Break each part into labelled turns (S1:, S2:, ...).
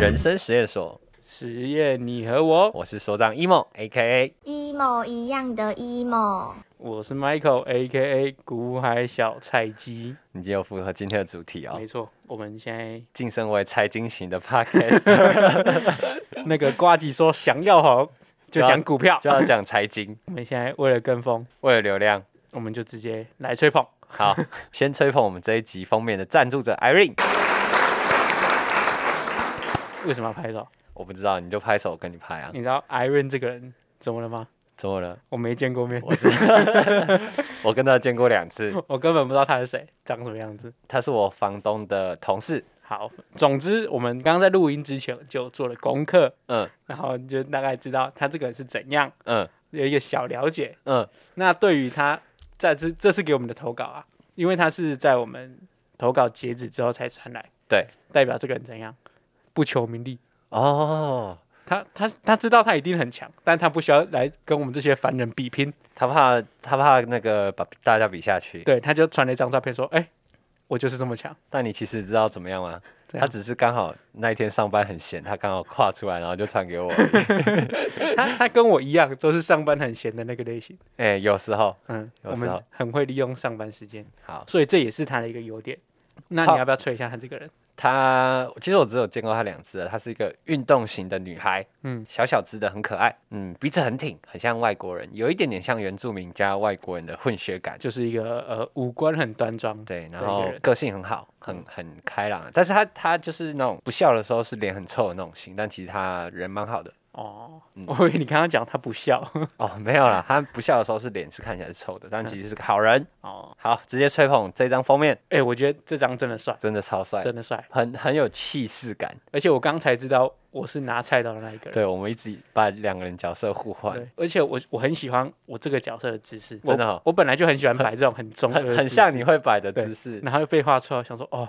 S1: 人生实验所，
S2: 实验你和我，
S1: 我是所长 E emo，A.K.A.
S3: emo 一样的 emo，
S2: 我是 Michael，A.K.A. 古海小菜鸡。
S1: 你就符合今天的主题哦
S2: 没。错，我们现在
S1: 晋升为财经型的 podcast，
S2: 那个瓜吉说想要红就讲股票，
S1: 就要讲财经，
S2: 我们现在为了跟风，
S1: 为了流量。
S2: 我们就直接来吹捧。
S1: 好，先吹捧我们这一集封面的赞助者 Irene。
S2: 为什么要拍照？
S1: 我不知道，你就拍手，我跟你拍啊
S2: 你。知道 Irene 这个人怎么了吗？
S1: 怎么了？
S2: 我没见过面，
S1: 我知我跟他见过两次，
S2: 我根本不知道他是谁，长什么样子。
S1: 他是我房东的同事。
S2: 好，总之我们刚刚在录音之前就做了功课，
S1: 嗯
S2: 然后就大概知道他这个人是怎样，
S1: 嗯
S2: 有一个小了解。
S1: 嗯，
S2: 那对于他在这这是给我们的投稿啊，因为他是在我们投稿截止之后才传来，
S1: 对，
S2: 代表这个人怎样，不求名利。
S1: 哦，
S2: 他他他知道他一定很强，但他不需要来跟我们这些凡人比拼。
S1: 他怕他怕那个把大家比下去。
S2: 对，他就传了一张照片说：“哎、我就是这么强。
S1: 但你其实知道怎么样吗？
S2: 怎
S1: 他
S2: 样
S1: 只是刚好那一天上班很闲，他刚好跨出来，然后就传给我而已。
S2: 他”他跟我一样，都是上班很闲的那个类型。
S1: 哎、有时候
S2: 嗯，
S1: 有
S2: 我
S1: 时
S2: 们
S1: 候
S2: 很会利用上班时间，
S1: 好，
S2: 所以这也是他的一个优点。那
S1: 好
S2: 你要不要吹一下他这个人？
S1: 她其实我只有见过她两次了，她是一个运动型的女孩，
S2: 嗯，
S1: 小小只的，很可爱，嗯，鼻子很挺，很像外国人，有一点点像原住民加外国人的混血感。
S2: 就是一个呃五官很端庄，
S1: 对，然
S2: 对一
S1: 后
S2: 个人
S1: 个性很好，很很开朗，但是她她就是那种不笑的时候是脸很臭的那种型，但其实她人蛮好的。
S2: 哦，
S1: 嗯
S2: 我以为你刚刚讲他不笑
S1: 哦，没有啦，她不笑的时候是脸是看起来是臭的，但其实是个好人。
S2: 哦，
S1: 好，直接吹捧这张封面，
S2: 哎、我觉得这张真的帅，
S1: 真的超帅，
S2: 真的帅，
S1: 很很有气势感。
S2: 而且我刚才知道我是拿菜刀的那一个人，
S1: 对，我们一直把两个人角色互换，
S2: 对，而且我我很喜欢我这个角色的姿势，
S1: 真的
S2: 我
S1: 哦
S2: 我本来就很喜欢摆这种很中二的
S1: 很很像
S2: 姿
S1: 你
S2: 势，
S1: 会摆的
S2: 对
S1: 姿势。
S2: 然后又被画出来，我想说哦，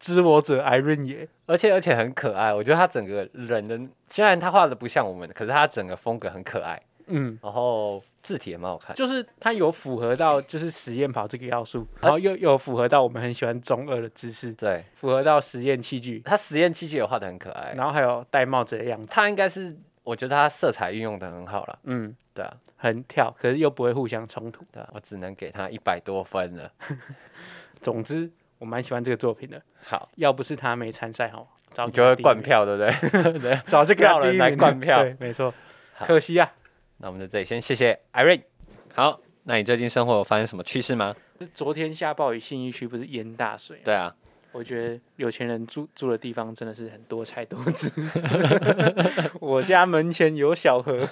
S2: 知我者 Irene 也，
S1: 而且而且很可爱，我觉得他整个人的，虽然他画的不像我们，可是他整个风格很可爱，
S2: 嗯，
S1: 然后字体也蛮好看。
S2: 就是他有符合到就是实验跑这个要素，然后又又有符合到我们很喜欢中二的姿势，
S1: 对，
S2: 符合到实验器具，
S1: 他实验器具也画的很可爱，
S2: 然后还有戴帽子的样子，
S1: 他应该是我觉得他色彩运用的很好了。
S2: 嗯，
S1: 对啊，
S2: 很跳，可是又不会互相冲突。
S1: 对啊，我只能给他一百多分了。
S2: 总之，我蛮喜欢这个作品的。
S1: 好，
S2: 要不是他没参赛哈，早
S1: 你就会
S2: 给他第一
S1: 灌
S2: 名，
S1: 票，对不对？
S2: 早就给他
S1: 票人
S2: 第一
S1: 来
S2: 名
S1: 灌
S2: 了
S1: 票
S2: 对，没错。
S1: 好
S2: 可惜啊，
S1: 那我们在这里先谢谢 Irene。好，那你最近生活有发生什么趣事吗？
S2: 是昨天下暴雨，信义区不是淹大水、啊。
S1: 对啊，
S2: 我觉得有钱人住住的地方真的是很多才多 姿。我家门前有小河。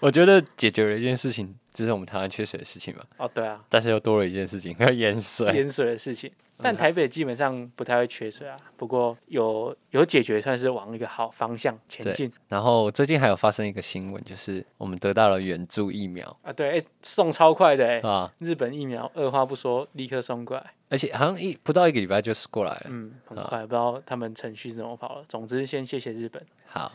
S1: 我觉得解决了一件事情，就是我们台湾缺水的事情嘛，
S2: 哦，对啊，
S1: 但是又多了一件事情，要 淹水。
S2: 淹水的事情。但台北基本上不太会缺水啊，不过有有解决，算是往一个好方向前
S1: 对
S2: 进
S1: 然后最近还有发生一个新闻，就是我们得到了援助疫苗，
S2: 啊。对，哎、送超快的、哎
S1: 是吧？
S2: 日本疫苗二话不说立刻送过来，
S1: 而且好像一不到一个礼拜就是过来了。
S2: 嗯，很
S1: 啊
S2: 快，不知道他们程序是怎么跑了。总之，先谢谢日本。
S1: 好，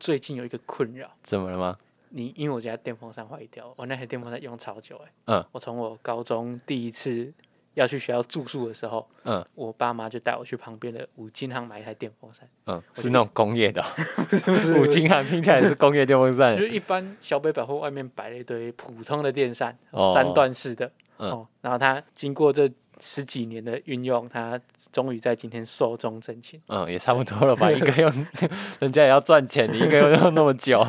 S2: 最近有一个困扰，
S1: 怎么了吗？
S2: 你因为我家电风扇坏掉，我那台电风扇用超久、欸，
S1: 嗯，
S2: 我从我高中第一次要去学校住宿的时候，
S1: 嗯，
S2: 我爸妈就带我去旁边的五金行买一台电风扇，
S1: 嗯，
S2: 我
S1: 是
S2: 就
S1: 那
S2: 一
S1: 种工业的哦、
S2: 不是
S1: 五金行听起来是工业电风扇
S2: 就。一般小北百货外面摆了一堆普通的电扇，
S1: 哦
S2: 三段式的。
S1: 嗯
S2: 哦，然后它经过这十几年的运用，它终于在今天寿终正寝。
S1: 嗯，也差不多了吧，一个用， 人家也要赚钱，你一个用用那么 久，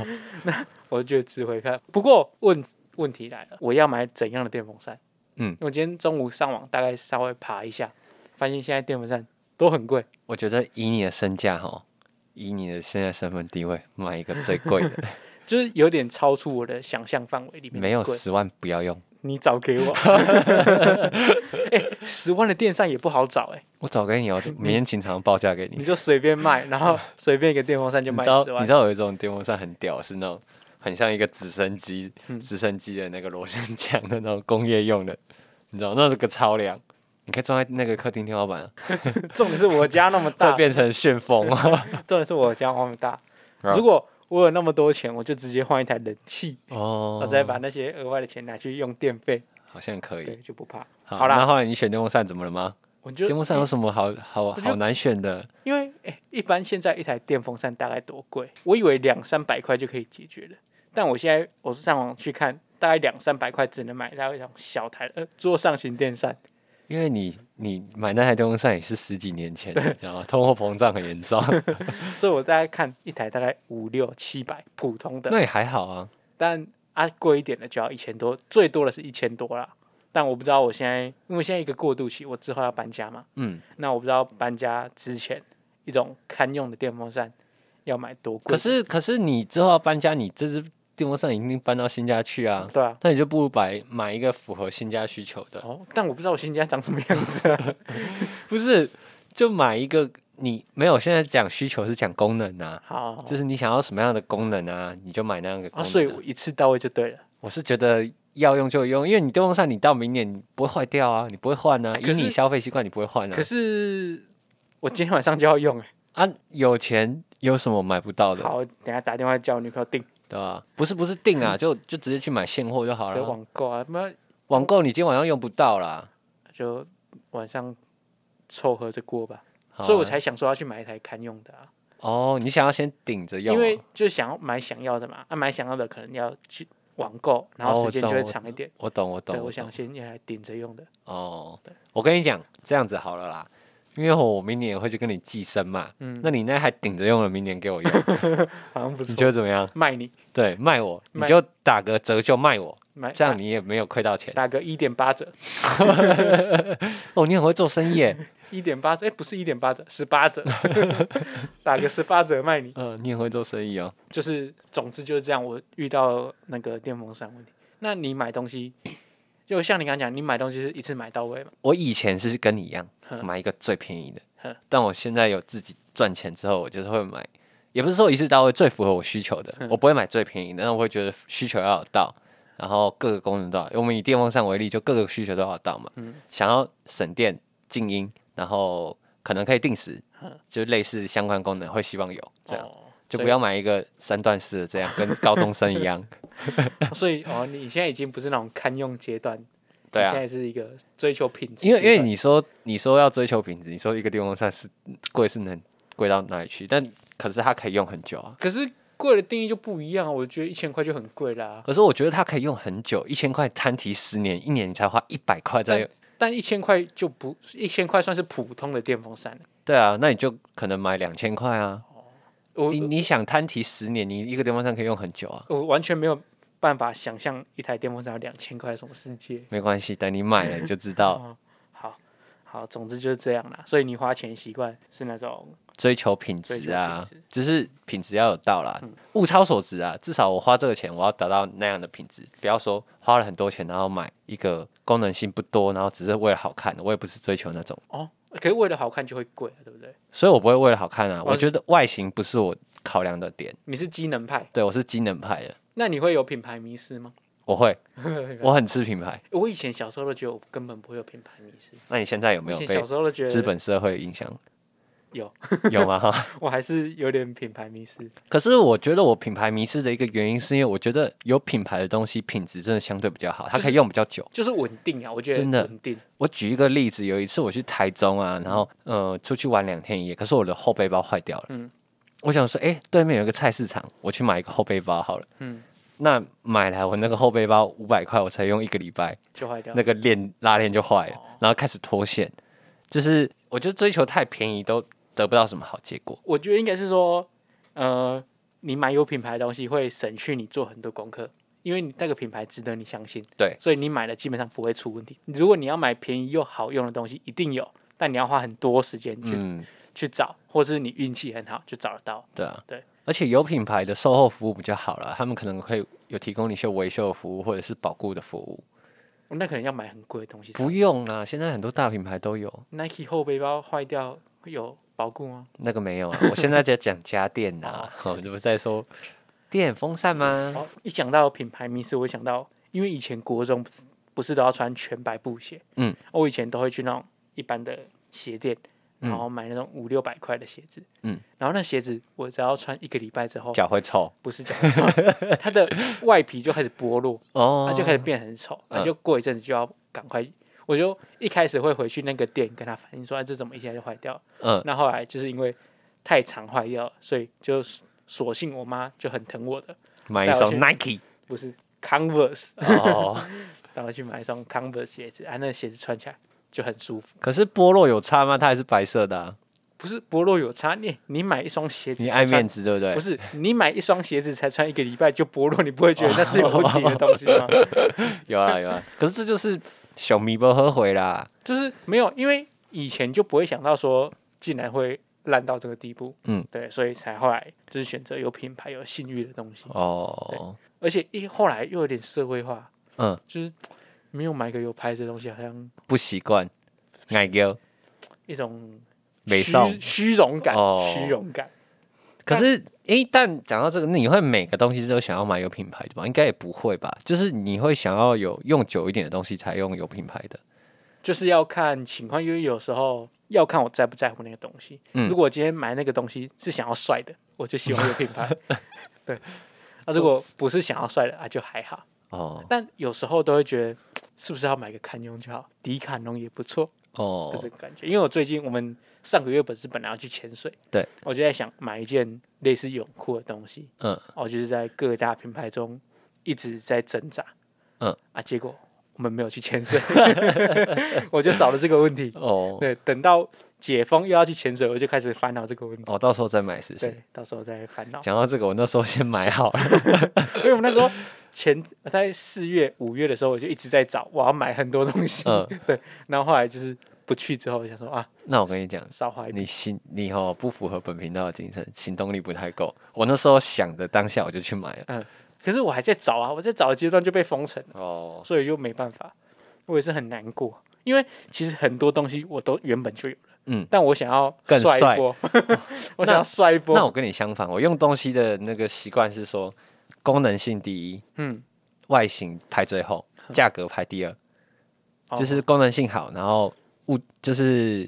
S2: 我就值回票。不过问问题来了，我要买怎样的电风扇？
S1: 嗯
S2: 因为我今天中午上网大概稍微爬一下，发现现在电风扇都很贵。
S1: 我觉得以你的身价哈，以你的现在身份地位，买一个最贵 的，
S2: 就是有点超出我的想象范围里面。
S1: 没有
S2: 贵，
S1: 十万不要用。
S2: 你找给 我。哎，十万的电扇也不好找哎、
S1: 我找给你 哦，明天请厂报价给
S2: 你
S1: 你。
S2: 就随便卖，然后随便一个电风扇就
S1: 你
S2: 卖
S1: 知道
S2: 十
S1: 你
S2: 万
S1: 知。道有一种电风扇很屌，是那种很像一个直升机，
S2: 嗯
S1: 直升机的那个螺旋桨的那种工业用的，你知道那是个超凉，你可以装在那个客厅天花板啊，
S2: 重点是我家那么
S1: 会
S2: 大，
S1: 变成旋风 哦。
S2: 重点是我家那么大
S1: 啊。
S2: 如果我有那么多钱，我就直接换一台冷气，
S1: 哦
S2: 我再把那些额外的钱拿去用电费，
S1: 好像可
S2: 对，
S1: 以。
S2: 就不怕。
S1: 好
S2: 好啦
S1: 那后来你选电风扇怎么了吗？
S2: 我就
S1: 电风扇有什么好好
S2: 就
S1: 好难选的？
S2: 因为哎、一般现在一台电风扇大概多贵？我以为两三百块就可以解决了，但我现在我是上网去看，大概两三百块只能买到一种小台呃桌上型电扇。
S1: 因为你你买那台电风扇也是十几年前，你知道吗？通货膨胀很严 重，
S2: 所以我大概看一台大概五六七百普通
S1: 那
S2: 的，
S1: 也还好啊。
S2: 但啊贵一点的就要一千多，最多的是一千多啦。但我不知道我现在，因为现在一个过渡期，我之后要搬家嘛，
S1: 嗯，
S2: 那我不知道搬家之前一种堪用的电风扇要买多贵。
S1: 可是可是你之后要搬家，你这只电风扇已经搬到新家去啊，
S2: 对啊，
S1: 那你就不如买买一个符合新家需求的，
S2: 哦，但我不知道我新家长什么样子、 啊。
S1: 不是就买一个你没有现在讲需求是讲功能啊。
S2: 好，
S1: 就是是你想要什么样的功能啊，你就买那样的功能啊、
S2: 哦啊，所以我一次到位就对了。
S1: 我是觉得要用就用，因为你电风扇你到明年你不会坏掉啊，你不会换啊，
S2: 哎
S1: 以
S2: 可是
S1: 你消费习惯你不会换啊
S2: 可。是我今天晚上就要用哎、
S1: 啊，有钱有什么买不到的，
S2: 好，我等一下打电话叫我女朋友订，
S1: 对吧？不是不是定啊，就就直接去买现货就好
S2: 直接
S1: 了。
S2: 网购啊，那
S1: 网购你今天晚上用不到啦，
S2: 就晚上凑合着过吧。
S1: 好啊
S2: 所以我才想说要去买一台堪用的啊，
S1: 哦，你想要先顶着用
S2: 因
S1: 啊，
S2: 为就想要买想要的嘛，啊买想要的可能要去网购，然
S1: 哦
S2: 后
S1: 我
S2: 时间
S1: 懂
S2: 就会
S1: 我
S2: 长一点。
S1: 我懂我懂，
S2: 对，我
S1: 懂
S2: 想先用来顶着用的。
S1: 哦，我跟你讲，这样子好了啦，因为我明年会去跟你寄生嘛，
S2: 嗯，
S1: 那你那还顶着用了，明年给我用，
S2: 好像不
S1: 你觉
S2: 错。
S1: 得怎么样？
S2: 卖你
S1: 对，卖我，你
S2: 卖
S1: 就打个折就卖我，
S2: 买，
S1: 这样
S2: 打
S1: 你也没有亏到钱。
S2: 打个一点八折，
S1: 哦，你很会做生意耶，
S2: 一点八折，哎，不是一点八折，十 八折，打个十八折卖你。
S1: 嗯、你很会做生意哦。
S2: 就是总之就是这样。我遇到那个电风扇问题，那你买东西，就像你刚刚讲，你买东西是一次买到位嘛？
S1: 我以前是跟你一样
S2: 哼
S1: 买一个最便宜的
S2: 哼，
S1: 但我现在有自己赚钱之后，我就是会买，也不是说一次到位最符合我需求的，我不会买最便宜的，但我会觉得需求要有到，然后各个功能都要。我们以电风扇为例，就各个需求都要有到嘛。
S2: 嗯
S1: 想要省电、静音，然后可能可以定时
S2: 哼，
S1: 就类似相关功能会希望有这样，
S2: 哦
S1: 就不要买一个三段式的这样，跟高中生一 样。
S2: 所以哦，你现在已经不是那种堪用阶段，
S1: 对
S2: 你现
S1: 啊，
S2: 在是一个追求品质
S1: 因
S2: 阶
S1: 为
S2: 段。
S1: 因为你说你说要追求品质，你说一个电风扇是贵是能贵到哪里去？但可是它可以用很久啊。
S2: 可是贵的定义就不一样啊，我觉得一千块就很贵啦。
S1: 可是我觉得它可以用很久，一千块摊提十年，一年你才花一百块在用。
S2: 但一千块就不，一千块算是普通的电风扇了。
S1: 对啊，那你就可能买两千块啊。
S2: 我
S1: 你你想摊提十年，你一个电风扇可以用很久啊。
S2: 我完全没有办法想象一台电风扇要两千块是什么世界。
S1: 没关系，等你买了你就知道。
S2: 哦，好好，总之就是这样啦。所以你花钱习惯是那种
S1: 追求品
S2: 追
S1: 质
S2: 求
S1: 啊
S2: 品质，嗯
S1: 就是品质要有到啦，物超所值啊。至少我花这个钱，我要达到那样的品质。不要说花了很多钱，然后买一个功能性不多，然后只是为了好看，我也不是追求那种。
S2: 哦，可是为了好看就会贵啊，对不对？
S1: 所以我不会为了好看啊。
S2: 我
S1: 我觉得外形不是我考量的点，
S2: 你是机能派，
S1: 对我是机能派的，
S2: 那你会有品牌迷失吗？
S1: 我会，
S2: 我
S1: 我很吃品牌。
S2: 我以前小时候都觉得我根本不会有品牌迷失，
S1: 那你现在有
S2: 我
S1: 没
S2: 以
S1: 有
S2: 前
S1: 被
S2: 小时候都觉
S1: 资
S2: 得
S1: 本社会影响？
S2: 有，
S1: 有吗？ 哈
S2: 我还是有点品牌迷失。
S1: 可是我觉得我品牌迷失的一个原因，是因为我觉得有品牌的东西品质真的相对比较好，它
S2: 就
S1: 可
S2: 是
S1: 以用比较久。
S2: 就是稳定啊，我觉得
S1: 真的
S2: 稳定。
S1: 我举一个例子，有一次我去台中
S2: 嗯
S1: 啊，然后呃出去玩两天一夜，可是我的后背包坏掉了。
S2: 嗯
S1: 我想说，哎、对面有一个菜市场，我去买一个后背包好了。
S2: 嗯，
S1: 那买来我那个后背包五百块，我才用一个礼拜，
S2: 就坏掉
S1: 那。个链拉链就坏了
S2: 哦，
S1: 然后开始脱线。就是我觉得追求太便宜都得不到什么好结果。
S2: 我觉得应该是说，呃，你买有品牌的东西会省去你做很多功课，因为你那个品牌值得你相信。
S1: 对
S2: 所以你买的基本上不会出问题。如果你要买便宜又好用的东西，一定有，但你要花很多时间去、
S1: 嗯，
S2: 去找，或是你运气很好就找得到。
S1: 对啊，
S2: 对。
S1: 而且有品牌的售后服务比较好了，他们可能可以有提供你一些维修的服务或者是保固的服务。
S2: 那可能要买很贵的东西。
S1: 不用啦，现在很多大品牌都有。
S2: Nike 后背包坏掉会有保固吗？
S1: 那个没有啊， 我现在在讲家电呐、啊，我们不是在说电风扇吗？
S2: 哦，一讲到品牌迷思，我想到，因为以前国中不是不是都要穿全白布鞋，啊
S1: 嗯，
S2: 我以前都会去那种一般的鞋店，然
S1: 嗯
S2: 后买那种五六百块的鞋子，
S1: 嗯，
S2: 然后那鞋子我只要穿一个礼拜之后，
S1: 脚会臭
S2: 不是脚会臭它的外皮就开始剥落，
S1: 哦
S2: 它就开始变很丑，那、
S1: 嗯
S2: 就过一阵子就要赶快。我啊就一开始会回去那个店跟他反映说，哎，这怎么一下就坏掉了？
S1: 嗯
S2: 那后来就是因为太常坏掉了，所以就索性我妈就很疼我的，
S1: 买一
S2: 带我
S1: 双
S2: 去
S1: Nike
S2: 不是 Converse，
S1: 哦。
S2: 然后去买一双 Converse 鞋子，啊，那鞋子穿起来就很舒服。
S1: 可是剥落有差吗？它还是白色的、啊。
S2: 不是薄弱有差，你你买一双鞋子，
S1: 你爱面，子对不对？
S2: 不是你买一双鞋子才穿一个礼拜就薄弱，你不会觉得那是有问题的东西 吗？
S1: 有啊 有啊。可是这就是小米不后悔啦。
S2: 就是没有，因为以前就不会想到说竟然会烂到这个地步，
S1: 嗯，
S2: 对，所以才后来就是选择有品牌、有信誉的东西，
S1: 哦，
S2: 而且一后来又有点社会化，
S1: 嗯，
S2: 就是没有买个有牌子的东西，好像
S1: 不习惯，矮腰。
S2: 一种
S1: 美
S2: 虚
S1: 少
S2: 虚荣感，
S1: 哦
S2: 虚荣感。
S1: 可是，诶，但讲到这个，那你会每个东西都想要买有品牌的吗？应该也不会吧。就是你会想要有用久一点的东西才用有品牌的。
S2: 就是要看情况，因为有时候要看我在不在乎那个东西。
S1: 嗯
S2: 如果我今天买那个东西是想要帅的，我就喜欢有品牌。 对，那、如果不是想要帅的啊，就还好。
S1: 哦
S2: 但有时候都会觉得，是不是要买个堪用就好？迪卡侬也不错，就
S1: 哦
S2: 这个感觉。因为我最近我们上个月本是本来要去潜水，
S1: 对，
S2: 我就在想买一件类似泳裤的东西，
S1: 嗯，
S2: 我哦就是在各大品牌中一直在挣扎，
S1: 嗯
S2: 啊，结果我们没有去潜水， 我就少了这个问题。
S1: 哦
S2: 对，等到解封又要去潜水，我就开始烦恼这个问题。
S1: 哦，到时候再买是不是？
S2: 对，到时候再烦恼。
S1: 讲到这个，我那时候先买好了。
S2: 因为我们那时候前在四月、五月的时候，我就一直在找我要买很多东西。
S1: 嗯
S2: 对，然后后来就是不去之后，我想说啊，
S1: 那我跟你讲，
S2: 少花一笔。
S1: 你行，你哦不符合本频道的精神，行动力不太够。我那时候想的当下我就去买了。
S2: 可是我还在找啊，我在找的阶段就被封城了，
S1: 哦，
S2: 所以就没办法。我也是很难过，因为其实很多东西我都原本就有了，
S1: 嗯，
S2: 但我想要
S1: 更
S2: 帅
S1: 帅
S2: 一波，我想要帅一波。
S1: 那我跟你相反，我用东西的那个习惯是说，功能性第一，
S2: 嗯，
S1: 外形排最后，价格排第二，
S2: 哦
S1: 就是功能性好，然后物就是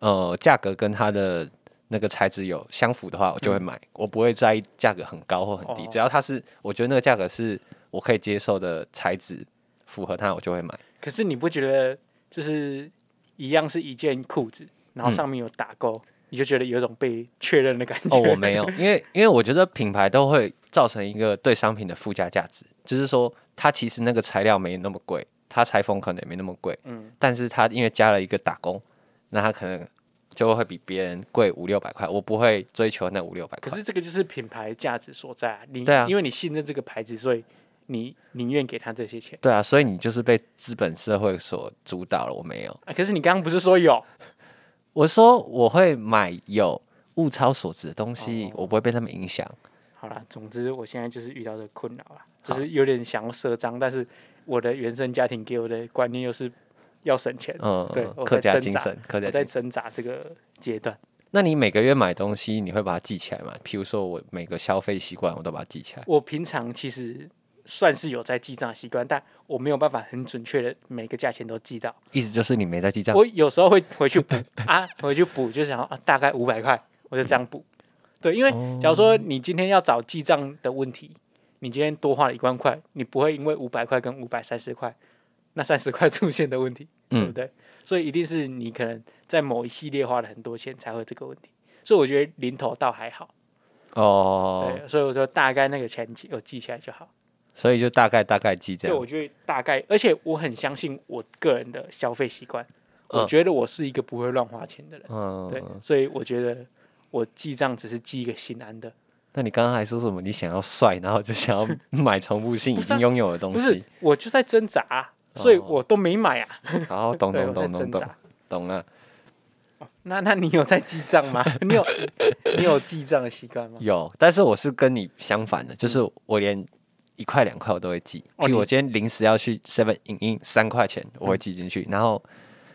S1: 呃价格跟它的。那个材质有相符的话，我就会买，我不会在意价格很高或很低，
S2: 嗯哦
S1: 只要它是我觉得那个价格是我可以接受的材质，符合它我就会买。
S2: 可是你不觉得就是一样是一件裤子，然后
S1: 嗯
S2: 上面有打勾，你就觉得有一种被确认的感觉？
S1: 哦，我没有，因为因为我觉得品牌都会造成一个对商品的附加价值，就是说它其实那个材料没那么贵，它裁缝可能也没那么贵，
S2: 嗯
S1: 但是它因为加了一个打工，那它可能就会比别人贵五六百块，我不会追求那五六百
S2: 可
S1: 块。
S2: 是这个就是品牌价值所在啊，你
S1: 对啊
S2: 因为你信任这个牌子，所以你宁愿给他这些钱
S1: 对啊，所以你就是被资本社会所主导了。我没有，
S2: 啊。可是你刚刚不是说有？
S1: 我说我会买有物超所值的东西，
S2: 哦
S1: 我不会被他们影响。
S2: 好啦，总之我现在就是遇到这个困扰啦，就
S1: 好
S2: 是有点想要赊账，但是我的原生家庭给我的观念又是要省钱，
S1: 嗯
S2: 对，我
S1: 客
S2: 在
S1: 家
S2: 挣
S1: 精
S2: 扎
S1: 神，客家
S2: 我
S1: 精
S2: 在
S1: 神。
S2: 挣扎这个阶段。
S1: 那你每个月买东西，你会把它记起来吗？譬如说我每个消费习惯，我都把它记起来。
S2: 我平常其实算是有在记账的习惯，但我没有办法很准确的每个价钱都记到。
S1: 意思就是你没在记账。
S2: 我有时候会回去补 啊，回去补就想啊，大概五百块，我就这样补。
S1: 嗯
S2: 对，因为假如说你今天要找记账的问题，你今天多花了一万块，你不会因为五百块跟五百三十块那三十块 出现的问题，对不
S1: 嗯，
S2: 对？所以一定是你可能在某一系列花了很多钱才会有这个问题。所以我觉得零头倒还好，
S1: 哦，
S2: 对，所以我说大概那个钱记我记起来就好。
S1: 所以就大概大概记这
S2: 对，我
S1: 样。
S2: 觉得大概，而且我很相信我个人的消费习惯，我
S1: 嗯
S2: 觉得我是一个不会乱花钱的人。对
S1: 嗯，，
S2: 所以我觉得我记账只是记一个心安的，
S1: 那你刚刚还说什么？你想要帅，然后就想要买重复性已
S2: 不是啊
S1: 经拥有的东
S2: 不是
S1: 西。哦
S2: 我就在挣扎啊、所以我都没买啊。
S1: 好，懂
S2: 对
S1: 懂
S2: 我在
S1: 懂懂
S2: 挣
S1: 懂
S2: 扎
S1: 懂啊，
S2: 那那你有在记账 吗？你有你有记账的习惯吗？嗯
S1: 有。但是我是跟你相反的，就是我连一块两块我都会记。
S2: 哦
S1: 譬如我
S2: 你嗯
S1: 今天临时要去 Seven 影印三块钱，我会记进去，然后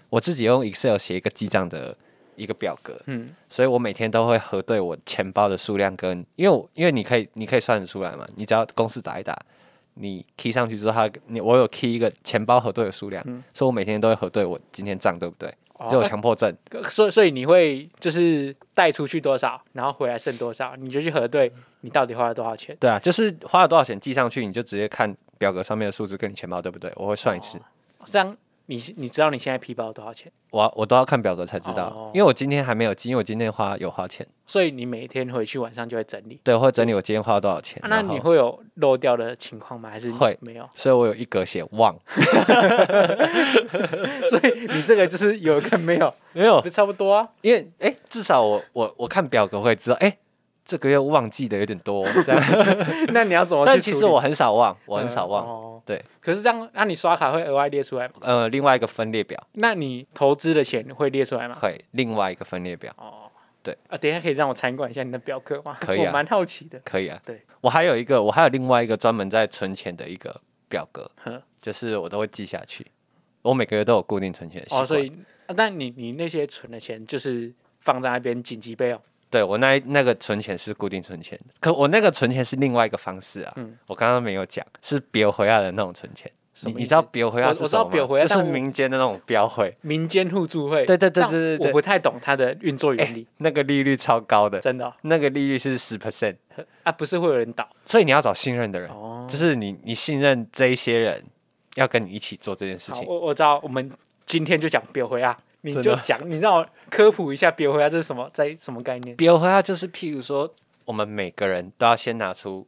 S1: 我自己用 Excel 写一个记账的一个表格，
S2: 嗯，
S1: 所以我每天都会核对我钱包的数量跟，因为我因为你可以你可以算得出来嘛，你只要公式打一打，你 key 上去之后它，你我有 key 一个钱包核对的数量，
S2: 嗯
S1: 所以我每天都会核对我今天账对不对，
S2: 哦
S1: 这有强迫症，
S2: 呃所以所以你会就是带出去多少，然后回来剩多少，你就去核对
S1: 嗯
S2: 你到底花了多少钱。
S1: 对啊，就是
S2: 哦
S1: 花了多少钱记上去，你就直接看表格上面的数字跟你钱包对不对，我会算一次，
S2: 这样你你知道你现在皮包多少钱，
S1: 我我都要看表格才知道，
S2: 哦
S1: 因为我今天还没有记，因为我今天花有花钱，
S2: 所以你每天回去晚上就会整理。
S1: 对，会整理我今天花了多少钱，
S2: 啊、那
S1: 然
S2: 你
S1: 后，
S2: 会有漏掉的情况吗？还是
S1: 会
S2: 没有？
S1: 所以我有一格写忘，
S2: 所以你这个就是有跟 没有，
S1: 没有
S2: 不，差不多啊？
S1: 因为哎、诶至少我我我看表格会知道，哎、这个月忘记的有点 多，这样，
S2: 那你要怎么去
S1: 但
S2: 处
S1: 其
S2: 理？
S1: 实我很少忘，我很少
S2: 嗯
S1: 忘，
S2: 哦
S1: 对。
S2: 可是这样，那你刷卡会额外列出来吗？
S1: 呃，另外一个分列表
S2: 那你投资的钱会列出来吗？
S1: 会，另外一个分列表
S2: 哦，
S1: 对
S2: 啊，等一下可以让我参观一下你的表格吗？
S1: 可以啊
S2: 我蛮好奇的。
S1: 可以啊，
S2: 对，
S1: 我还有一个，我还有另外一个专门在存钱的一个表格
S2: 哼，
S1: 就是我都会记下去，我每个月都有固定存钱的习惯，
S2: 哦，所以，啊但你你那些存的钱就是放在那边紧急备用。哦
S1: 对我那一那个存钱是固定存钱的，可我那个存钱是另外一个方式啊。
S2: 嗯
S1: 我刚刚没有讲，是标回来的那种存钱。
S2: 什
S1: 你
S2: 么意思
S1: 你知道标回来
S2: 我
S1: 是
S2: 我知
S1: 什
S2: 道
S1: 么吗？
S2: 标回来
S1: 就是
S2: 但我
S1: 民间的那种标回，
S2: 民间互助会，
S1: 对对对
S2: 但
S1: 对对对哎
S2: 我不太懂它的运作原理，
S1: 那个利率超高的，
S2: 真的哦
S1: 那个利率是十 percent，
S2: 啊，不是会有人倒
S1: 所以你要找信任的人，
S2: 哦
S1: 就。是你你信任这一些人，要跟你一起做这件事
S2: 好，
S1: 情。
S2: 我我知道，我们今天就讲别回啊，你
S1: 真
S2: 就
S1: 的
S2: 讲，你让我科普一下别回啊这是什么，在什么概念？
S1: 标回来就是，譬如说，我们每个人都要先拿出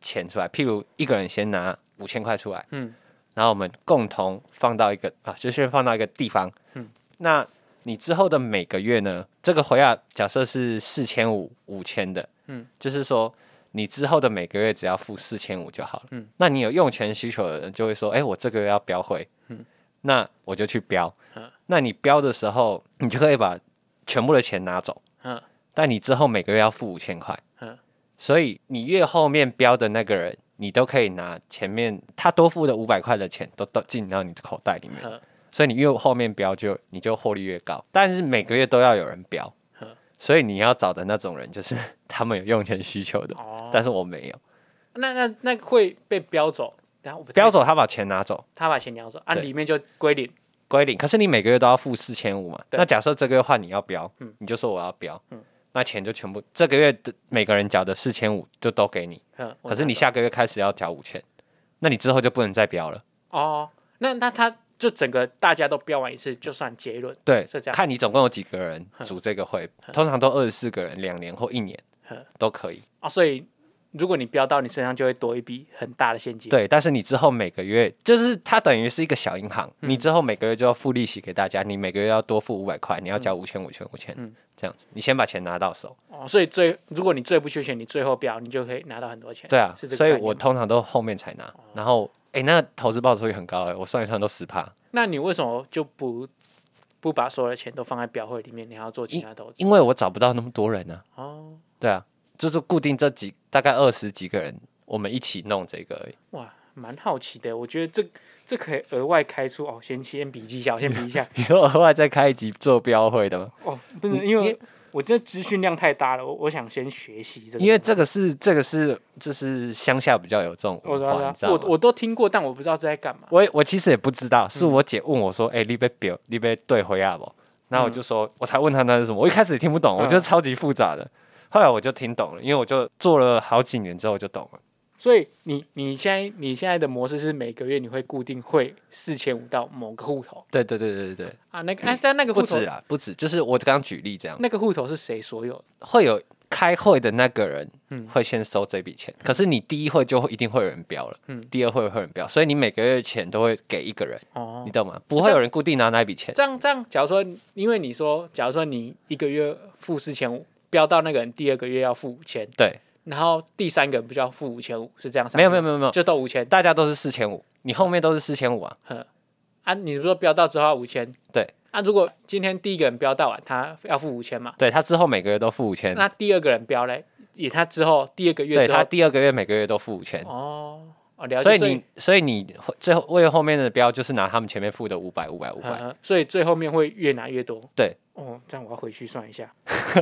S1: 钱出来，譬如一个人先拿五千块出来，
S2: 嗯，
S1: 然后我们共同放到一个啊，就是放到一个地方。
S2: 嗯
S1: 嗯，那你之后的每个月呢，这个回亚假设是四千五、五千的，
S2: 嗯
S1: 嗯，就是说你之后的每个月只要付四千五就好了。
S2: 嗯
S1: 嗯，那你有用钱需求的人就会说，哎、我这个月要标回，
S2: 嗯
S1: 嗯，那我就去标。
S2: 嗯
S1: 那你标的时候，你就可以把全部的钱拿走，
S2: 嗯
S1: 但你之后每个月要付五千块。
S2: 嗯
S1: 所以你越后面标的那个人，你都可以拿前面他多付的五百块的钱都都进到你的口袋里面，
S2: 嗯
S1: 所以你越后面标就你就获利越高。但是每个月都要有人标
S2: 嗯，
S1: 所以你要找的那种人就是 他们有用钱需求的，
S2: 哦，
S1: 但是我没有
S2: 那那那会被标走，然后我不太
S1: 标，走，他把钱拿走
S2: 他把钱拿走啊，
S1: 对
S2: 里面就归零。
S1: 归零，可是你每个月都要付四千五嘛？
S2: 对
S1: 那假设这个月换你要标
S2: 嗯，
S1: 你就说我要标
S2: 嗯，
S1: 那钱就全部这个月的每个人缴的四千五就都给你，
S2: 嗯，我
S1: 可是
S2: 拿
S1: 你
S2: 走
S1: 下个月开始要缴五千，那你之后就不能再标了。
S2: 哦，那那他就整个大家都标完一次，就算结论。
S1: 对
S2: 是这，样
S1: 看你总共有几个人
S2: 哼
S1: 组这个会，通常都二十四个人，两年或一年
S2: 哼
S1: 都可以。
S2: 啊，所以如果你标到你身上，就会多一笔很大的现金。，
S1: 对，但是你之后每个月，就是它等于是一个小银行，你之后每个月就要付利息给大家，你每个月要多付五百块，你要交五千、五千、五千
S2: 嗯，
S1: 这样子，你先把钱拿到手。
S2: 哦，所以最如果你最不缺钱，你最后标，你就可以拿到很多钱。
S1: 对啊，
S2: 是这个
S1: 所以
S2: 概念
S1: 我
S2: 吗哦
S1: 通常都后面才拿。然后，哎，那投资报酬率很高哎，我算一算都十趴，
S2: 那你为什么就不不把所有的钱都放在表会里面，你还要做其他投资？
S1: 因为我找不到那么多人啊。
S2: 哦，
S1: 对啊，就是固定这几大概二十几个人，我们一起弄这个而已。
S2: 哇，蛮好奇的。我觉得这这可以额外开出哦，先先笔记一下，我先笔记 一下
S1: 你说额外再开一集做标会的吗？
S2: 哦，不是因为我这资讯量太大了，我我想先学习这个东西。
S1: 因为这个是这个是就是乡下比较有这种
S2: 我
S1: 文
S2: 知
S1: 化，
S2: 道
S1: 你
S2: 我知
S1: 知道
S2: 道，啊我
S1: 吗？
S2: 我嗯都听过，但我不知道这在干嘛。
S1: 我我其实也不知道，是我姐问我说：“哎、你被表，你被对回啊不？”然后我
S2: 嗯
S1: 就说，我才问她那是什么，我一开始也听不懂，我觉得超级复杂的。后来我就听懂了，因为我就做了好几年之后我就懂了。
S2: 所以你你现在你现在的模式是每个月你会固定汇四千五到某个户头
S1: 对对对对对
S2: 啊？那个哎，但那个
S1: 对，不
S2: 户头
S1: 止啦，不止，就是我刚刚举例这样，
S2: 那个户头是谁所有的？
S1: 会有开会的那个人
S2: 嗯
S1: 会先收这笔钱，可是你第一会就会一定会有人标了，
S2: 嗯
S1: 第二会会有人标，所以你每个月钱都会给一个人，
S2: 哦
S1: 你，懂吗？不会有人固定拿那笔钱。
S2: 这样这样，假如说，因为你说，假如说你一个月付四千五，标到那个人第二个月要付五千，
S1: 对，
S2: 然后第三个人不就要付五千五，是这样上去吗？
S1: 没有没有没有没有，
S2: 就到五千
S1: 大家都是四千五，你后面都是四千五啊，
S2: 啊！你不是说标到之后五千？
S1: 对
S2: 啊，如果今天第一个人标到完，他要付五千嘛，
S1: 对他之后每个月都付五千，
S2: 哦那第二个人标嘞，也他之后第二个月
S1: 对
S2: 之
S1: 他
S2: 后，
S1: 第二个月每个月都付五千，
S2: 哦哦，了解，
S1: 所以你所以你最后为了后面的标就是拿他们前面付的五百五 百五
S2: 嗯
S1: 百，
S2: 嗯所以最后面会越拿越多。
S1: 对，
S2: 哦，这样我要回去算一下，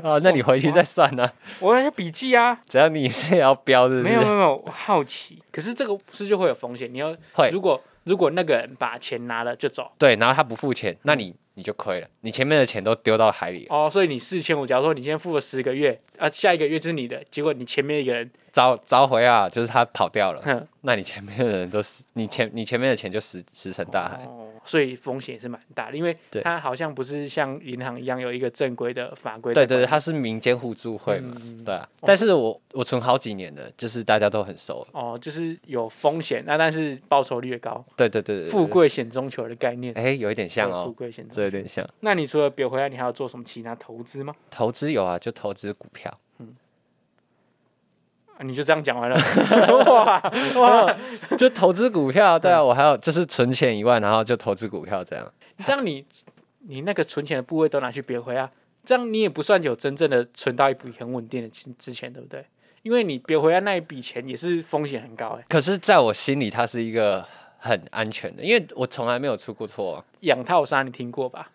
S2: 哦
S1: 啊，那你回去再算呢、啊，
S2: 我要笔记啊。
S1: 只要你是要标是不
S2: 没有没
S1: 是？
S2: 有没有，我好奇，可是这个不是就会有风险？你要
S1: 会
S2: 如果如果那个人把钱拿了就走
S1: 对，然后他不付钱，那
S2: 嗯
S1: 你你就亏了，你前面的钱都丢到海里了，
S2: 哦，所以你四千五，假如说你先付了十个月，啊，下一个月就是你的，结果你前面一个人
S1: 找找回啊，就是他跑掉了，
S2: 哼，
S1: 那你前面的人都死，你前你前面的钱就石石沉大海。
S2: 哦，所以风险也是蛮大的，因为
S1: 对
S2: 它好像不是像银行一样有一个正规的法规
S1: 对
S2: 在管。
S1: 对对，它是民间互助会嘛，
S2: 嗯
S1: 对啊。但是我我存好几年的，就是大家都很熟。
S2: 哦，就是有风险，那但是报酬率也高，
S1: 对对对对，对
S2: 富，贵险中求的概念。
S1: 哎，有一点像
S2: 富
S1: 哦，
S2: 贵险中。
S1: 这有点像。
S2: 那你除了别回来，你还要做什么其他投资吗？
S1: 投资有啊，就投资股票。
S2: 啊你就这样讲完 了，哇哇！
S1: 就投资股票，对
S2: 嗯
S1: 啊，我还有就是存钱一万，然后就投资股票这样。
S2: 这样你你那个存钱的部位都拿去别回啊，这样你也不算有真正的存到一笔很稳定的之之前，对不对？因为你别回来那一笔钱也是风险很高哎、
S1: 可是，在我心里，它是一个很安全的，因为我从来没有出过错、啊。
S2: 养套杀你听过吧？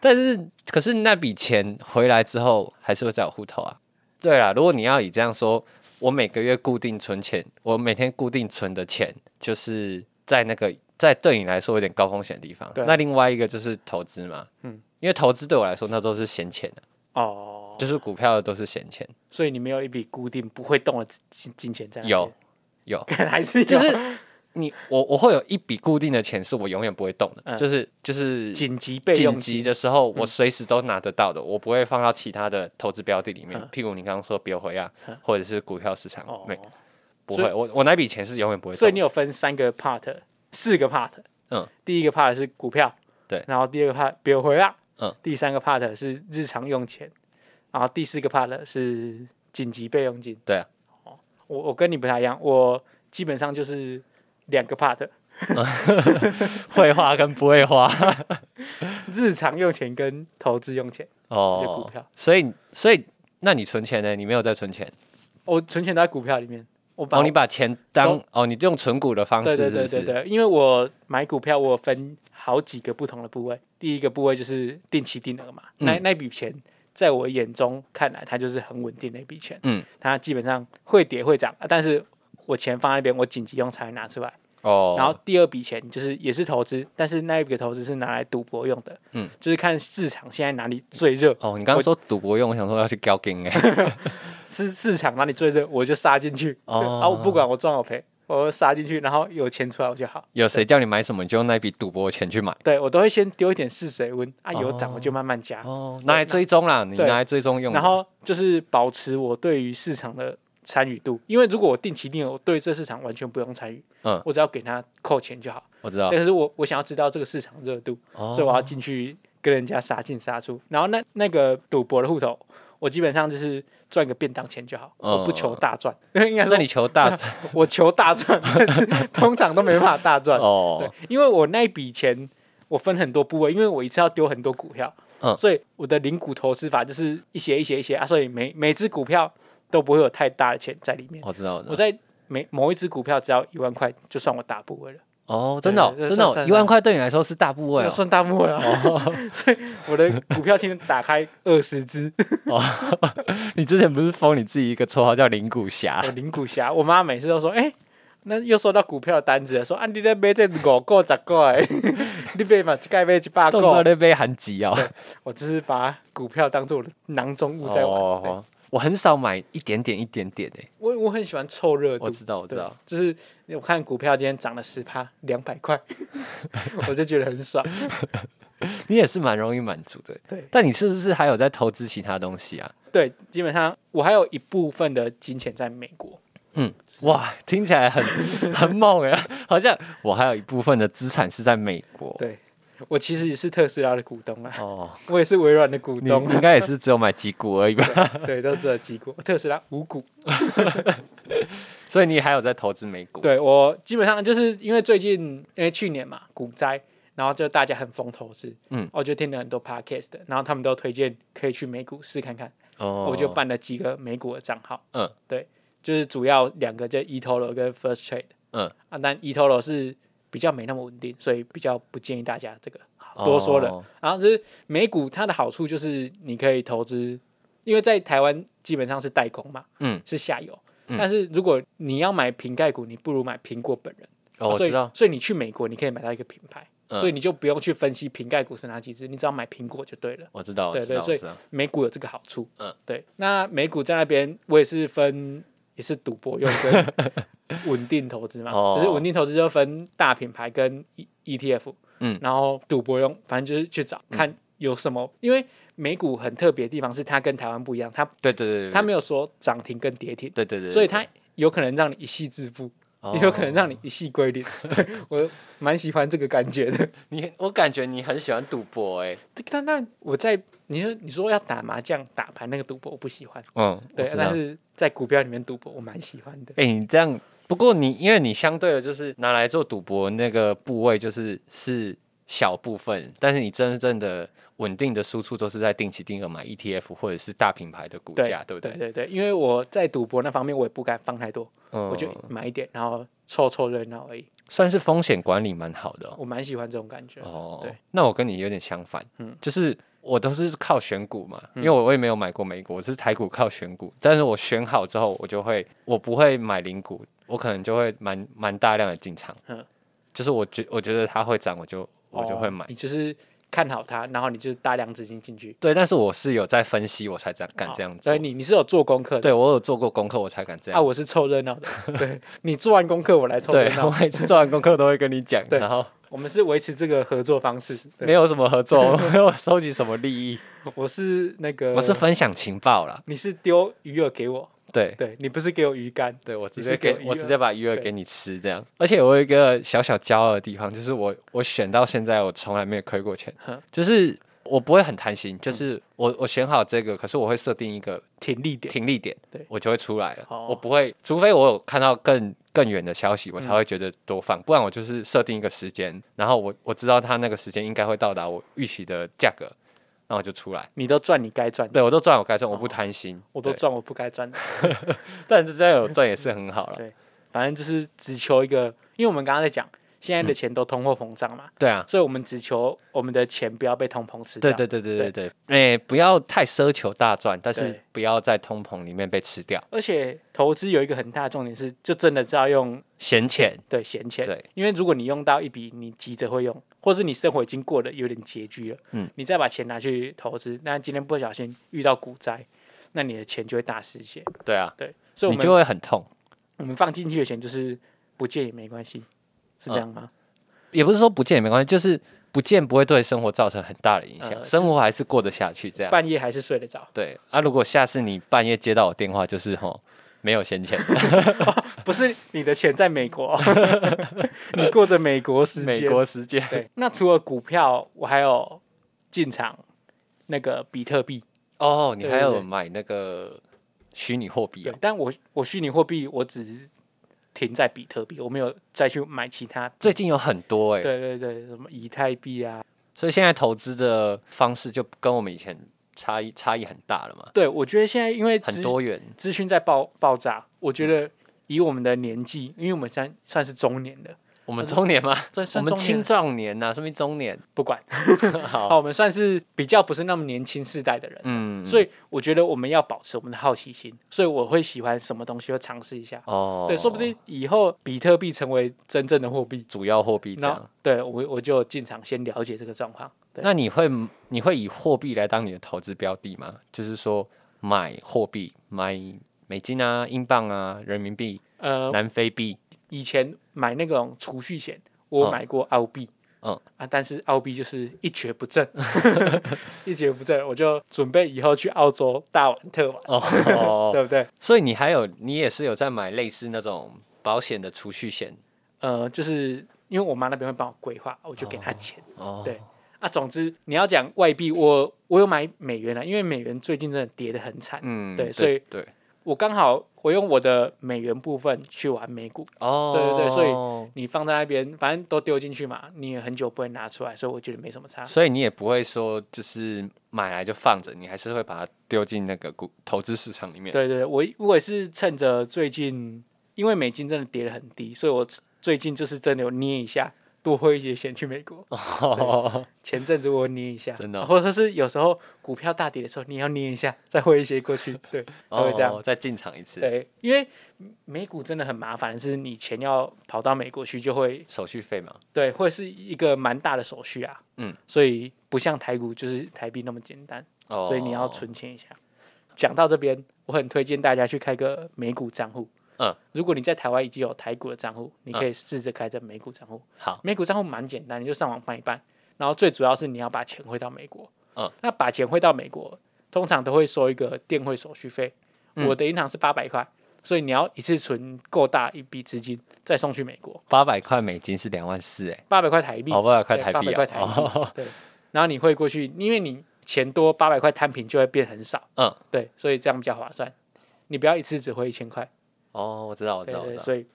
S1: 但是，可是那笔钱回来之后，还是会在我户头啊。对啦，如果你要以这样说，我每个月固定存钱，我每天固定存的钱，就是在那个在对你来说有点高风险的地方
S2: 对。
S1: 那另外一个就是投资嘛，
S2: 嗯
S1: 嗯，因为投资对我来说那都是闲钱、啊、
S2: 哦，
S1: 就是股票的都是闲钱，
S2: 所以你没有一笔固定不会动的金金钱在那边
S1: 有有。
S2: 看 还是有
S1: 就是你我我会有一笔固定的钱是我永远不会动的，
S2: 嗯
S1: 就是就是
S2: 紧急备用嗯
S1: 紧急
S2: 金
S1: 的时候我随时都拿得到的，我不会放到其他的投资标的里面
S2: 嗯，
S1: 譬如你刚刚说比如回啊
S2: 嗯，
S1: 或者是股票市场，
S2: 哦，
S1: 没不
S2: 所以
S1: 会，我我那笔钱是永远不会
S2: 所以
S1: 动
S2: 你
S1: 的。
S2: 有分三个 part，四个 part。
S1: 嗯，
S2: 第一个 part 是股票，
S1: 对
S2: 然后第二个 part 别回来，
S1: 嗯，
S2: 第三个 part 是日常用钱，然后第四个 part 是紧急备用金。
S1: 对 啊
S2: 哦，我我跟你不太一样，我基本上就是两个 part，
S1: 会花跟不会花
S2: 日常用钱跟投资用钱。就股
S1: 哦
S2: 票，
S1: 所以所以那你存钱呢？你没有在存钱
S2: 我存钱都在股票里面，我把
S1: 哦，
S2: 我
S1: 你把钱当哦，你用存股的方式是
S2: 对对
S1: 不
S2: 对对
S1: 是？
S2: 对，因为我买股票，我有分好几个不同的部位。第一个部位就是定期定额嘛，那
S1: 嗯
S2: 那笔钱在我眼中看来，它就是很稳定的一笔钱。
S1: 嗯，
S2: 它基本上会跌会涨，啊但是我钱放在那边，我紧急用才会拿出来。
S1: 哦，
S2: 然后第二笔钱就是也是投资，但是那一笔投资是拿来赌博用的。
S1: 嗯，
S2: 就是看市场现在哪里最热，
S1: 哦，你刚
S2: 我
S1: 刚说赌博用，我想说要去交金 哎，
S2: 市市场哪里最热，我就杀进去。
S1: 哦
S2: 然后我不管我赚我赔，我杀进去，然后有钱出来我就好。
S1: 有谁叫你买什么，你就用那笔赌博的钱去买。
S2: 对我都会先丢一点试水温啊，有涨
S1: 哦
S2: 我就慢慢加，
S1: 哦，拿来追踪啦，你
S2: 对
S1: 拿来追踪用的。
S2: 然后就是保持我对于市场的参与度，因为如果我定期定额，我对这市场完全不用参与，
S1: 嗯
S2: 我只要给他扣钱就好。
S1: 我知道，
S2: 但是我我想要知道这个市场热度，
S1: 哦
S2: 所以我要进去跟人家杀进杀出。然后那那个赌博的户头，我基本上就是赚个便当钱就好，
S1: 嗯
S2: 我不求大赚， 因为应该说
S1: 那你求大
S2: 我求大赚，但是通常都没办法大赚。对
S1: 哦，，
S2: 因为我那一笔钱我分很多部位，因为我一次要丢很多股票，
S1: 嗯
S2: 所以我的零股投资法就是一些一些一些啊，所以每每只股票都不会有太大的钱在里面。
S1: 哦我知道，
S2: 我
S1: 我知道。
S2: 在每某一只股票只要一万块，就算我大部位了，
S1: 哦，真的哦，
S2: 对对
S1: 真的
S2: 算算
S1: 哦，一万块对你来说是大部位
S2: 那
S1: 哦。
S2: 算大部位了。 所以我的股票今天打开二 十只，
S1: 你之前不是封你自己一个绰号叫林骨侠
S2: 我？零股侠，我妈每次都说，哎、那又收到股票的单子了，说啊，你在买这五个、十个 的，你买嘛，一概买一百
S1: 动作
S2: 个。
S1: 那杯含急哦。
S2: 我只是把股票当做我的囊中物在玩。对
S1: 哦，我很少买一点点一点点诶。
S2: 我我很喜欢凑热度，
S1: 我知道，我知
S2: 对
S1: 道。，
S2: 就是我看股票今天涨了十趴，两百 块，我就觉得很爽。
S1: 你也是蛮容易满足的。欸
S2: 对
S1: 但你是不是还有在投资其他东西啊？
S2: 对，基本上我还有一部分的金钱在美国，
S1: 嗯，哇，听起来很很猛诶，好像我还有一部分的资产是在美国。
S2: 对我其实也是特斯拉的股东啊，
S1: 哦，
S2: 我也是微软的股
S1: 你
S2: 东
S1: 应
S2: 啊，
S1: 该也是只有买几股而已吧？
S2: 对，都只有几股，特斯拉五股。
S1: 所以你还有在投资美股？，
S2: 对我基本上就是因为最近，因为去年嘛股灾，然后就大家很疯投资，哦
S1: 嗯
S2: 我就听了很多 podcast，的然后他们都推荐可以去美股试看看。
S1: 哦
S2: 我就办了几个美股的账号，
S1: 嗯，
S2: 对，就是主要两个叫 eToro 跟 First Trade，
S1: 嗯
S2: 啊，但 eToro 是比较没那么稳定，所以比较不建议大家这个好多说了。
S1: 哦
S2: 然后就是美股它的好处就是你可以投资，因为在台湾基本上是代工嘛，
S1: 嗯，
S2: 是下游。
S1: 嗯
S2: 但是如果你要买瓶盖股，你不如买苹果本人。
S1: 哦，
S2: 啊
S1: 我
S2: 所以
S1: 知道，
S2: 所以你去美国，你可以买到一个品牌，
S1: 嗯
S2: 所以你就不用去分析瓶盖股是哪几只，你只要买苹果就对了。
S1: 我知道，我
S2: 对
S1: 知道，
S2: 对，
S1: 我
S2: 所以
S1: 知道。
S2: 美股有这个好处。
S1: 嗯
S2: 嗯，对。那美股在那边，我也是分，也是赌博用跟稳定投资嘛。
S1: 哦
S2: 只是稳定投资就分大品牌跟 E ETF。
S1: 嗯
S2: 嗯，然后赌博用，反正就是去找看有什么，因为美股很特别的地方是它跟台湾不一样，它
S1: 对对对对，
S2: 它没有说涨停跟跌停，
S1: 嗯对对对，哦
S2: 所以它有可能让你一夕致富，也有可能让
S1: 你
S2: 你一夕 归零。对我蛮喜欢这个感觉的。
S1: 哦你，我感觉你很喜欢赌博哎。
S2: 但但我在你说你说要打麻将打牌那个赌博，我不喜欢。
S1: 嗯，
S2: 对
S1: 我，知道
S2: 但是在股票里面赌博，我蛮喜欢的。
S1: 哎、你这样，不过你因为你相对的就是拿来做赌博那个部位就是是小部分，但是你真正的稳定的输出都是在定期定额买 ETF 或者是大品牌的股
S2: 对
S1: 价，对不
S2: 对
S1: 对？
S2: 对对，因为我在赌博那方面，我也不敢放太多，
S1: 嗯
S2: 我就买一点，然后凑凑热闹而已。
S1: 算是风险管理蛮好的哦。
S2: 我蛮喜欢这种感觉。
S1: 哦
S2: 对，
S1: 那我跟你有点相反，
S2: 嗯
S1: 就是我都是靠选股嘛，因为我我也没有买过美股，我是台股靠选股，但是我选好之后，我就会我不会买零股，我可能就会蛮蛮大量的进场，
S2: 嗯
S1: 就是我觉我觉得它会涨，我就我就会买。
S2: 哦你就是看好它，然后你就是大量资金进去，
S1: 对，但是我是有在分析，我才敢敢
S2: 好
S1: 这样做。
S2: 所哦以你你是有做功课的。
S1: 对我有做过功课，我才敢这
S2: 啊，
S1: 样。
S2: 我是凑热闹的。 对你做完功课，我来凑热
S1: 对，我
S2: 闹。
S1: 每次做完功课都会跟你讲，
S2: 对
S1: 然后
S2: 我们是维持这个合作方式。对
S1: 没有什么合作， 我没有收集什么利益，
S2: 我是那个，
S1: 我是分享情报啦。
S2: 你是丢鱼饵给我，
S1: 对，
S2: 对你不是给我鱼竿。
S1: 对我直
S2: 你
S1: 接
S2: 是给
S1: 给
S2: 我
S1: 我
S2: 鱼
S1: 直
S2: 饵
S1: 接把鱼饵
S2: 对
S1: 给你吃这样。而且我有一个小小骄傲的地方，就是我我选到现在我从来没有亏过钱
S2: 哼，嗯
S1: 就是我不会很贪心，就是我我选好这个，可是我会设定一个
S2: 挺立点，
S1: 停利点
S2: 对，
S1: 我就会出来了。
S2: 哦
S1: 我不会，除非我有看到更更远的消息，我才
S2: 嗯
S1: 会觉得多放。不然我就是设定一个时间，然后我我知道它那个时间应该会到达我预期的价格，那我就出来。
S2: 你都赚你该赚的，
S1: 对我都赚我该赚，我不贪心，
S2: 哦我都
S1: 对。
S2: 赚我不该赚的。
S1: 但是这样有赚也是很好了
S2: 对。反正就是只求一个，因为我们刚刚在讲，现
S1: 嗯
S2: 在的钱都通货膨胀嘛，
S1: 对啊，
S2: 所以我们只求我们的钱不要被通膨吃掉。
S1: 对对对对对对，哎、不要太奢求大赚，但是
S2: 对
S1: 不要在通膨里面被吃掉，
S2: 而且投资有一个很大的重点是，就真的是要用
S1: 闲钱。
S2: 对闲钱，
S1: 对，
S2: 因为如果你用到一笔你急着会用，或是你生活已经过得有点拮据了，
S1: 嗯，
S2: 你再把钱拿去投资，那今天不小心遇到股灾，那你的钱就会大失血。
S1: 对啊，
S2: 对，所以
S1: 你
S2: 我
S1: 就
S2: 们
S1: 会很痛。
S2: 我们放进去的钱就是不借也没关系，是这
S1: 嗯
S2: 样吗？
S1: 也不是说不见也没关系，就是不见不会对生活造成很大的影响，
S2: 呃就是
S1: 生活还是过得下去这样。
S2: 半夜还是睡得着，
S1: 对啊，如果下次你半夜接到我电话，就是吼没有闲钱，
S2: 不是你的钱在 美国哦，你过着美国时间。
S1: 美国时间。
S2: 对，那除了股票，我还有进场那个比特币。
S1: 哦，你还
S2: 对对
S1: 有
S2: 对
S1: 买那个虚拟货币
S2: 对
S1: 哦，，
S2: 但我我虚拟货币我只是停在比特币，我没有再去买其他。
S1: 最近有很多哎、
S2: 对对对，什么以太币啊？
S1: 所以现在投资的方式就跟我们以前差异差异很大了嘛，
S2: 对，我觉得现在因为
S1: 很
S2: 资
S1: 多元。
S2: 资讯在爆爆炸，我觉得以我们的年纪，因为我们算算是中年的，
S1: 我们中年吗？我
S2: 算算
S1: 们
S2: 中年
S1: 青哦
S2: 了
S1: 壮年呐、啊，说明中 年。
S2: 不管，好，
S1: 好，
S2: 我们算是比较不是那么年轻世代的人。
S1: 嗯，
S2: 所
S1: 以
S2: 以我觉得我们要保持我们的好奇心，所以我会喜欢什么东西会尝试一下。
S1: 哦，
S2: 对，说不定以后比特币成为真正的货币，
S1: 主要货币这
S2: 那
S1: 样。
S2: 对我我就进场先了解这个状况。对，
S1: 那你会你会以货币来当你的投资标的吗？就是说买货币，买美金啊、英镑啊、人民币、
S2: 呃，
S1: 南非币，
S2: 以前买那种储蓄险，我有
S1: 嗯
S2: 买过澳币。
S1: 嗯
S2: 啊，但是澳币就是一蹶不振， 一蹶不振，我就准备以后去澳洲大玩特玩，
S1: 哦，
S2: 对不对？
S1: 所以你还有你也是有在买类似那种保险的储蓄险
S2: 呃，就是因为我妈那边会帮我规划，我就给她钱。
S1: 哦，
S2: 对啊，总之你要讲外币，我我有买美元了，啊因为美元最近真的跌得很惨。
S1: 嗯，
S2: 对所以
S1: 对
S2: 我刚好我用我的美元部分去玩美股，
S1: 哦，
S2: 对对对所以
S1: 以
S2: 你放在那边，反正都丢进去嘛，你也很久不会拿出来，所以我觉得没什么差。
S1: 所以你也不会说就是买来就放着，你还是会把它丢进那个股投资市场里面。
S2: 对对，我我也是趁着最近，因为美金真的跌得很低，所以我最近就是真的有捏一下，多汇一些钱去美国。 前阵子我捏一下，
S1: 哦真的哦
S2: 或者说是有时候股票大跌的时候，你也要捏一下，再汇一些过去。对，都会这样
S1: 哦，再进场一次，
S2: 对，因为美股真的很麻烦，是你钱要跑到美国去，就会
S1: 手续费嘛，
S2: 对，会是一个蛮大的手续啊。
S1: 嗯，
S2: 所以不像台股就是台币那么简单，
S1: 哦，
S2: 所以你要存钱一下。讲到这边，我很推荐大家去开个美股账户。
S1: 嗯，
S2: 如果你在台湾已经有台股的账户，你可以试着开这美股账户。
S1: 好，
S2: 美股账户蛮简单，你就上网办一办。然后最主要是你要把钱汇到美国。
S1: 嗯，
S2: 那把钱汇到美国，通常都会收一个电汇手续费。
S1: 嗯
S2: 我的银行是八百块，所以你要一次存够大一笔资金，再送去美国，
S1: 八百块美金是两万四，哎，
S2: 八百块台币。
S1: 哦，八百块
S2: 对
S1: 台币
S2: 800
S1: 啊
S2: 块台币
S1: 哦，
S2: 对，然后你汇过去，因为你钱多，八百块摊平就会变很少。
S1: 嗯，
S2: 对，所以这样比较划算。你不要一次只汇一千块，
S1: 哦，我知道，我知
S2: 对
S1: 道，我
S2: 对，
S1: 知道。
S2: 所以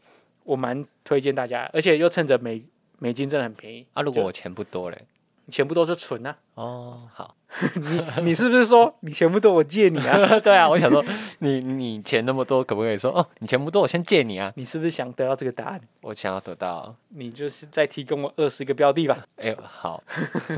S2: 我蛮推荐大家，而且又趁着美美金真的很便宜
S1: 啊，如果
S2: 就
S1: 我钱不多嘞，
S2: 钱不多就 存啊。
S1: 哦，好，
S2: 你你是不是说你钱不多我借你啊？
S1: 对啊，我想说，你 你钱那么多，可不可以说哦，你钱不多，我先借你啊？
S2: 你是不是想得到这个答案？
S1: 我想要得到，
S2: 你就是再提供我二十个标的吧。
S1: 哎、好，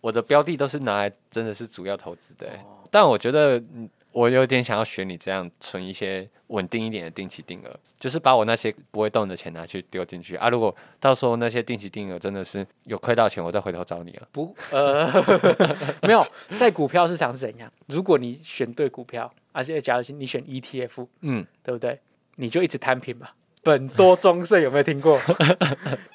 S1: 我的标的都是拿来真的是主要投资的、欸但我觉得嗯我有点想要学你这样存一些稳定一点的定期定额，就是把我那些不会动的钱拿去丢进去啊。如果到时候那些定期定额真的是有亏到钱，我再回头找你啊。
S2: 不，呃， 没有，在股票市场是怎样？如果你选对股票，而且假如你选 E ETF，
S1: 嗯，
S2: 对不对？你就一直摊平吧。本多终胜有没有听 过？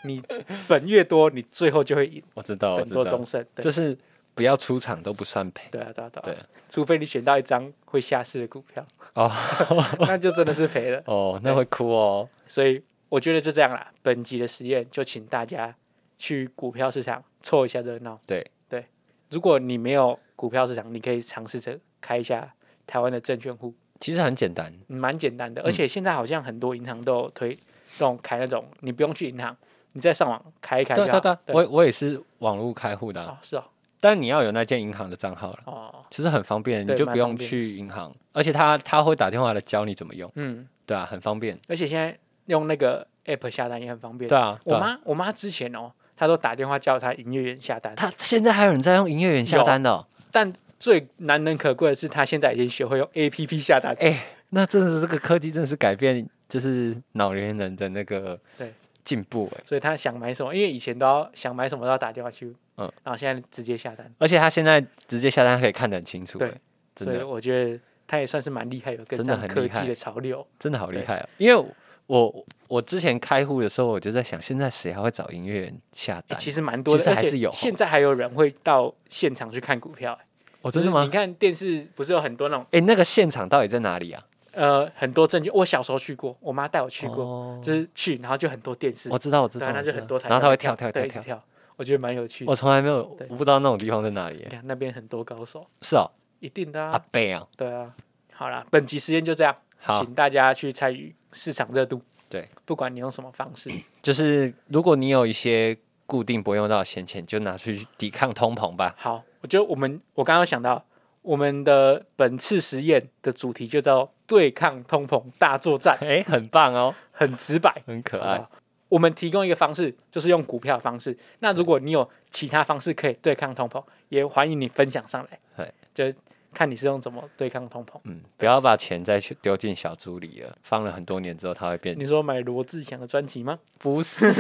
S2: 你本越多，你最后就会赢。
S1: 我知道，哦我
S2: 本
S1: 知
S2: 多终
S1: 道，
S2: 胜，对
S1: 就是不要出场都不算赔。
S2: 对啊，对啊，对
S1: 对
S2: 啊。除非你选到一张会下市的股票，
S1: 哦
S2: 那就真的是赔了。
S1: 哦，那会哭哦。
S2: 所以我觉得就这样啦。本集的实验就请大家去股票市场凑一下热闹。
S1: 对
S2: 对，如果你没有股票市场，你可以尝试着开一下台湾的证券户，
S1: 其实很简单，
S2: 蛮简单
S1: 嗯
S2: 的。而且现在好像很多银行都有推那种开那种，你不用去银行，你在上网开一开就
S1: 对啊
S2: 好。
S1: 对对，我我也是网络开户的啊、
S2: 哦是哦
S1: 但你要有那间银行的账号了，
S2: 哦
S1: 其实很方便，
S2: 对
S1: 你就不
S2: 蛮
S1: 用
S2: 方便
S1: 去银行，而且他他会打电话来教你怎么用，
S2: 嗯，
S1: 对啊，很方便，
S2: 而且现在用那个 app 下单也很方便。
S1: 对啊，对
S2: 我
S1: 啊
S2: 妈我妈之前哦，她都打电话叫她营业员下单，
S1: 他现在还有人在用营业员下单的哦、
S2: 但最难能可贵的是，她现在已经学会用 app 下单。
S1: 哎、那真的是这个科技真的是改变，就是老年人的那个
S2: 对
S1: 进步哎、
S2: 所以他想买什么，因为以前都要想买什么都要打电话去，
S1: 嗯，
S2: 然后现在直接下单，
S1: 而且他现在直接下单可以看得很清楚、
S2: 对
S1: 哎，真
S2: 所以
S1: 的
S2: 我觉得他也算是蛮厉害，有跟
S1: 真的
S2: 上
S1: 很
S2: 科
S1: 厉害
S2: 技的潮流。
S1: 真的好厉
S2: 对
S1: 害啊！因为我我之前开户的时候，我就在想，现在谁还会找营业员下
S2: 欸
S1: 单？
S2: 其实蛮多的，
S1: 其实
S2: 而
S1: 还
S2: 且
S1: 是有
S2: 现在还有人会到现场去看股票、欸，
S1: 哦，
S2: 就
S1: 真
S2: 是
S1: 的吗
S2: 你？看电视不是有很多那种
S1: 哎、那个现场到底在哪里啊？
S2: 呃很多证券，我小时候去过，我妈带我去过，
S1: 哦
S2: 就是去，然后就很多电视，
S1: 我知道，我知
S2: 对
S1: 道，
S2: 啊，
S1: 我
S2: 那
S1: 知
S2: 就
S1: 道
S2: 很多台，
S1: 然后他会跳跳
S2: 对
S1: 跳
S2: 一直
S1: 跳，哦
S2: 跳，我觉得蛮有趣的
S1: 我。从来没有，
S2: 对
S1: 我不知道那种地方在哪里
S2: 你
S1: 耶。
S2: 看那边很多高手，
S1: 是哦，
S2: 一定的
S1: 阿
S2: 啊，
S1: 贝啊，
S2: 对啊。好啦，本集时间就这样。
S1: 好，
S2: 请大家去参与市场热度。
S1: 对，
S2: 不管你用什么方式，
S1: 就是如果你有一些固定不会用到的闲钱，就拿去抵抗通膨吧。
S2: 好，我觉得我们我刚刚想到我们的本次实验的主题就叫对抗通膨大作战，
S1: 哎，很棒哦，
S2: 很直白。
S1: 很可
S2: 好不
S1: 爱。
S2: 好我们提供一个方式，就是用股票的方式。那如果你有其他方式可以对抗通膨，也欢迎你分享上来
S1: 对。
S2: 就看你是用怎么对抗通膨。
S1: 嗯，不要把钱再去丢进小猪里了，放了很多年之后，它会变
S2: 你。说买罗志祥的专辑吗？
S1: 不是，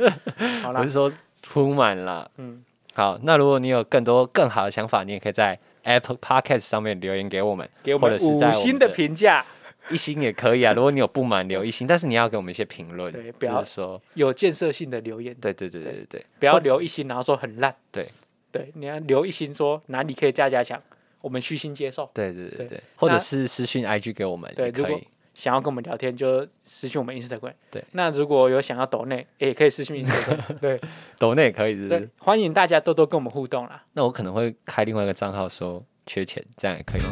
S2: 好
S1: 我
S2: 啦
S1: 是，说铺满了。
S2: 嗯，
S1: 好，那如果你有更多更好的想法，你也可以在 Apple Podcast 上面留言给我们，
S2: 给我
S1: 或
S2: 们
S1: 者是
S2: 五
S1: 在我
S2: 星
S1: 们
S2: 的评价。
S1: 一星也可以啊。如果你有不满留一星，但是你要给我们一些评论，
S2: 对不要
S1: 就是说，
S2: 有建设性的留言，
S1: 对对对对对对，
S2: 不要留一星，然后说很烂。
S1: 对
S2: 对，你要留一星说哪里可以再加强，我们虚心接受。
S1: 对对对
S2: 对
S1: 对，或者
S2: 那
S1: 是私讯 IG 给我们
S2: 对，
S1: 也
S2: 如
S1: 可
S2: 果
S1: 以。
S2: 想要跟我们聊天，就私信我们 Instagram。
S1: 对，
S2: 那如果有想要抖内，也可以私信 Instagram。对
S1: 抖内也可以是不
S2: 对
S1: 是？，
S2: 欢迎大家多多跟我们互动啦。
S1: 那我可能会开另外一个账号说缺钱，这样也可以吗？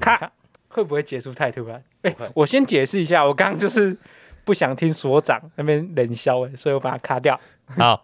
S2: 咔，会不会结束太突然？哎、
S1: 不会
S2: 我先解释一下，我刚刚就是不想听所长那边冷笑哎，所以我把它卡掉。
S1: 好，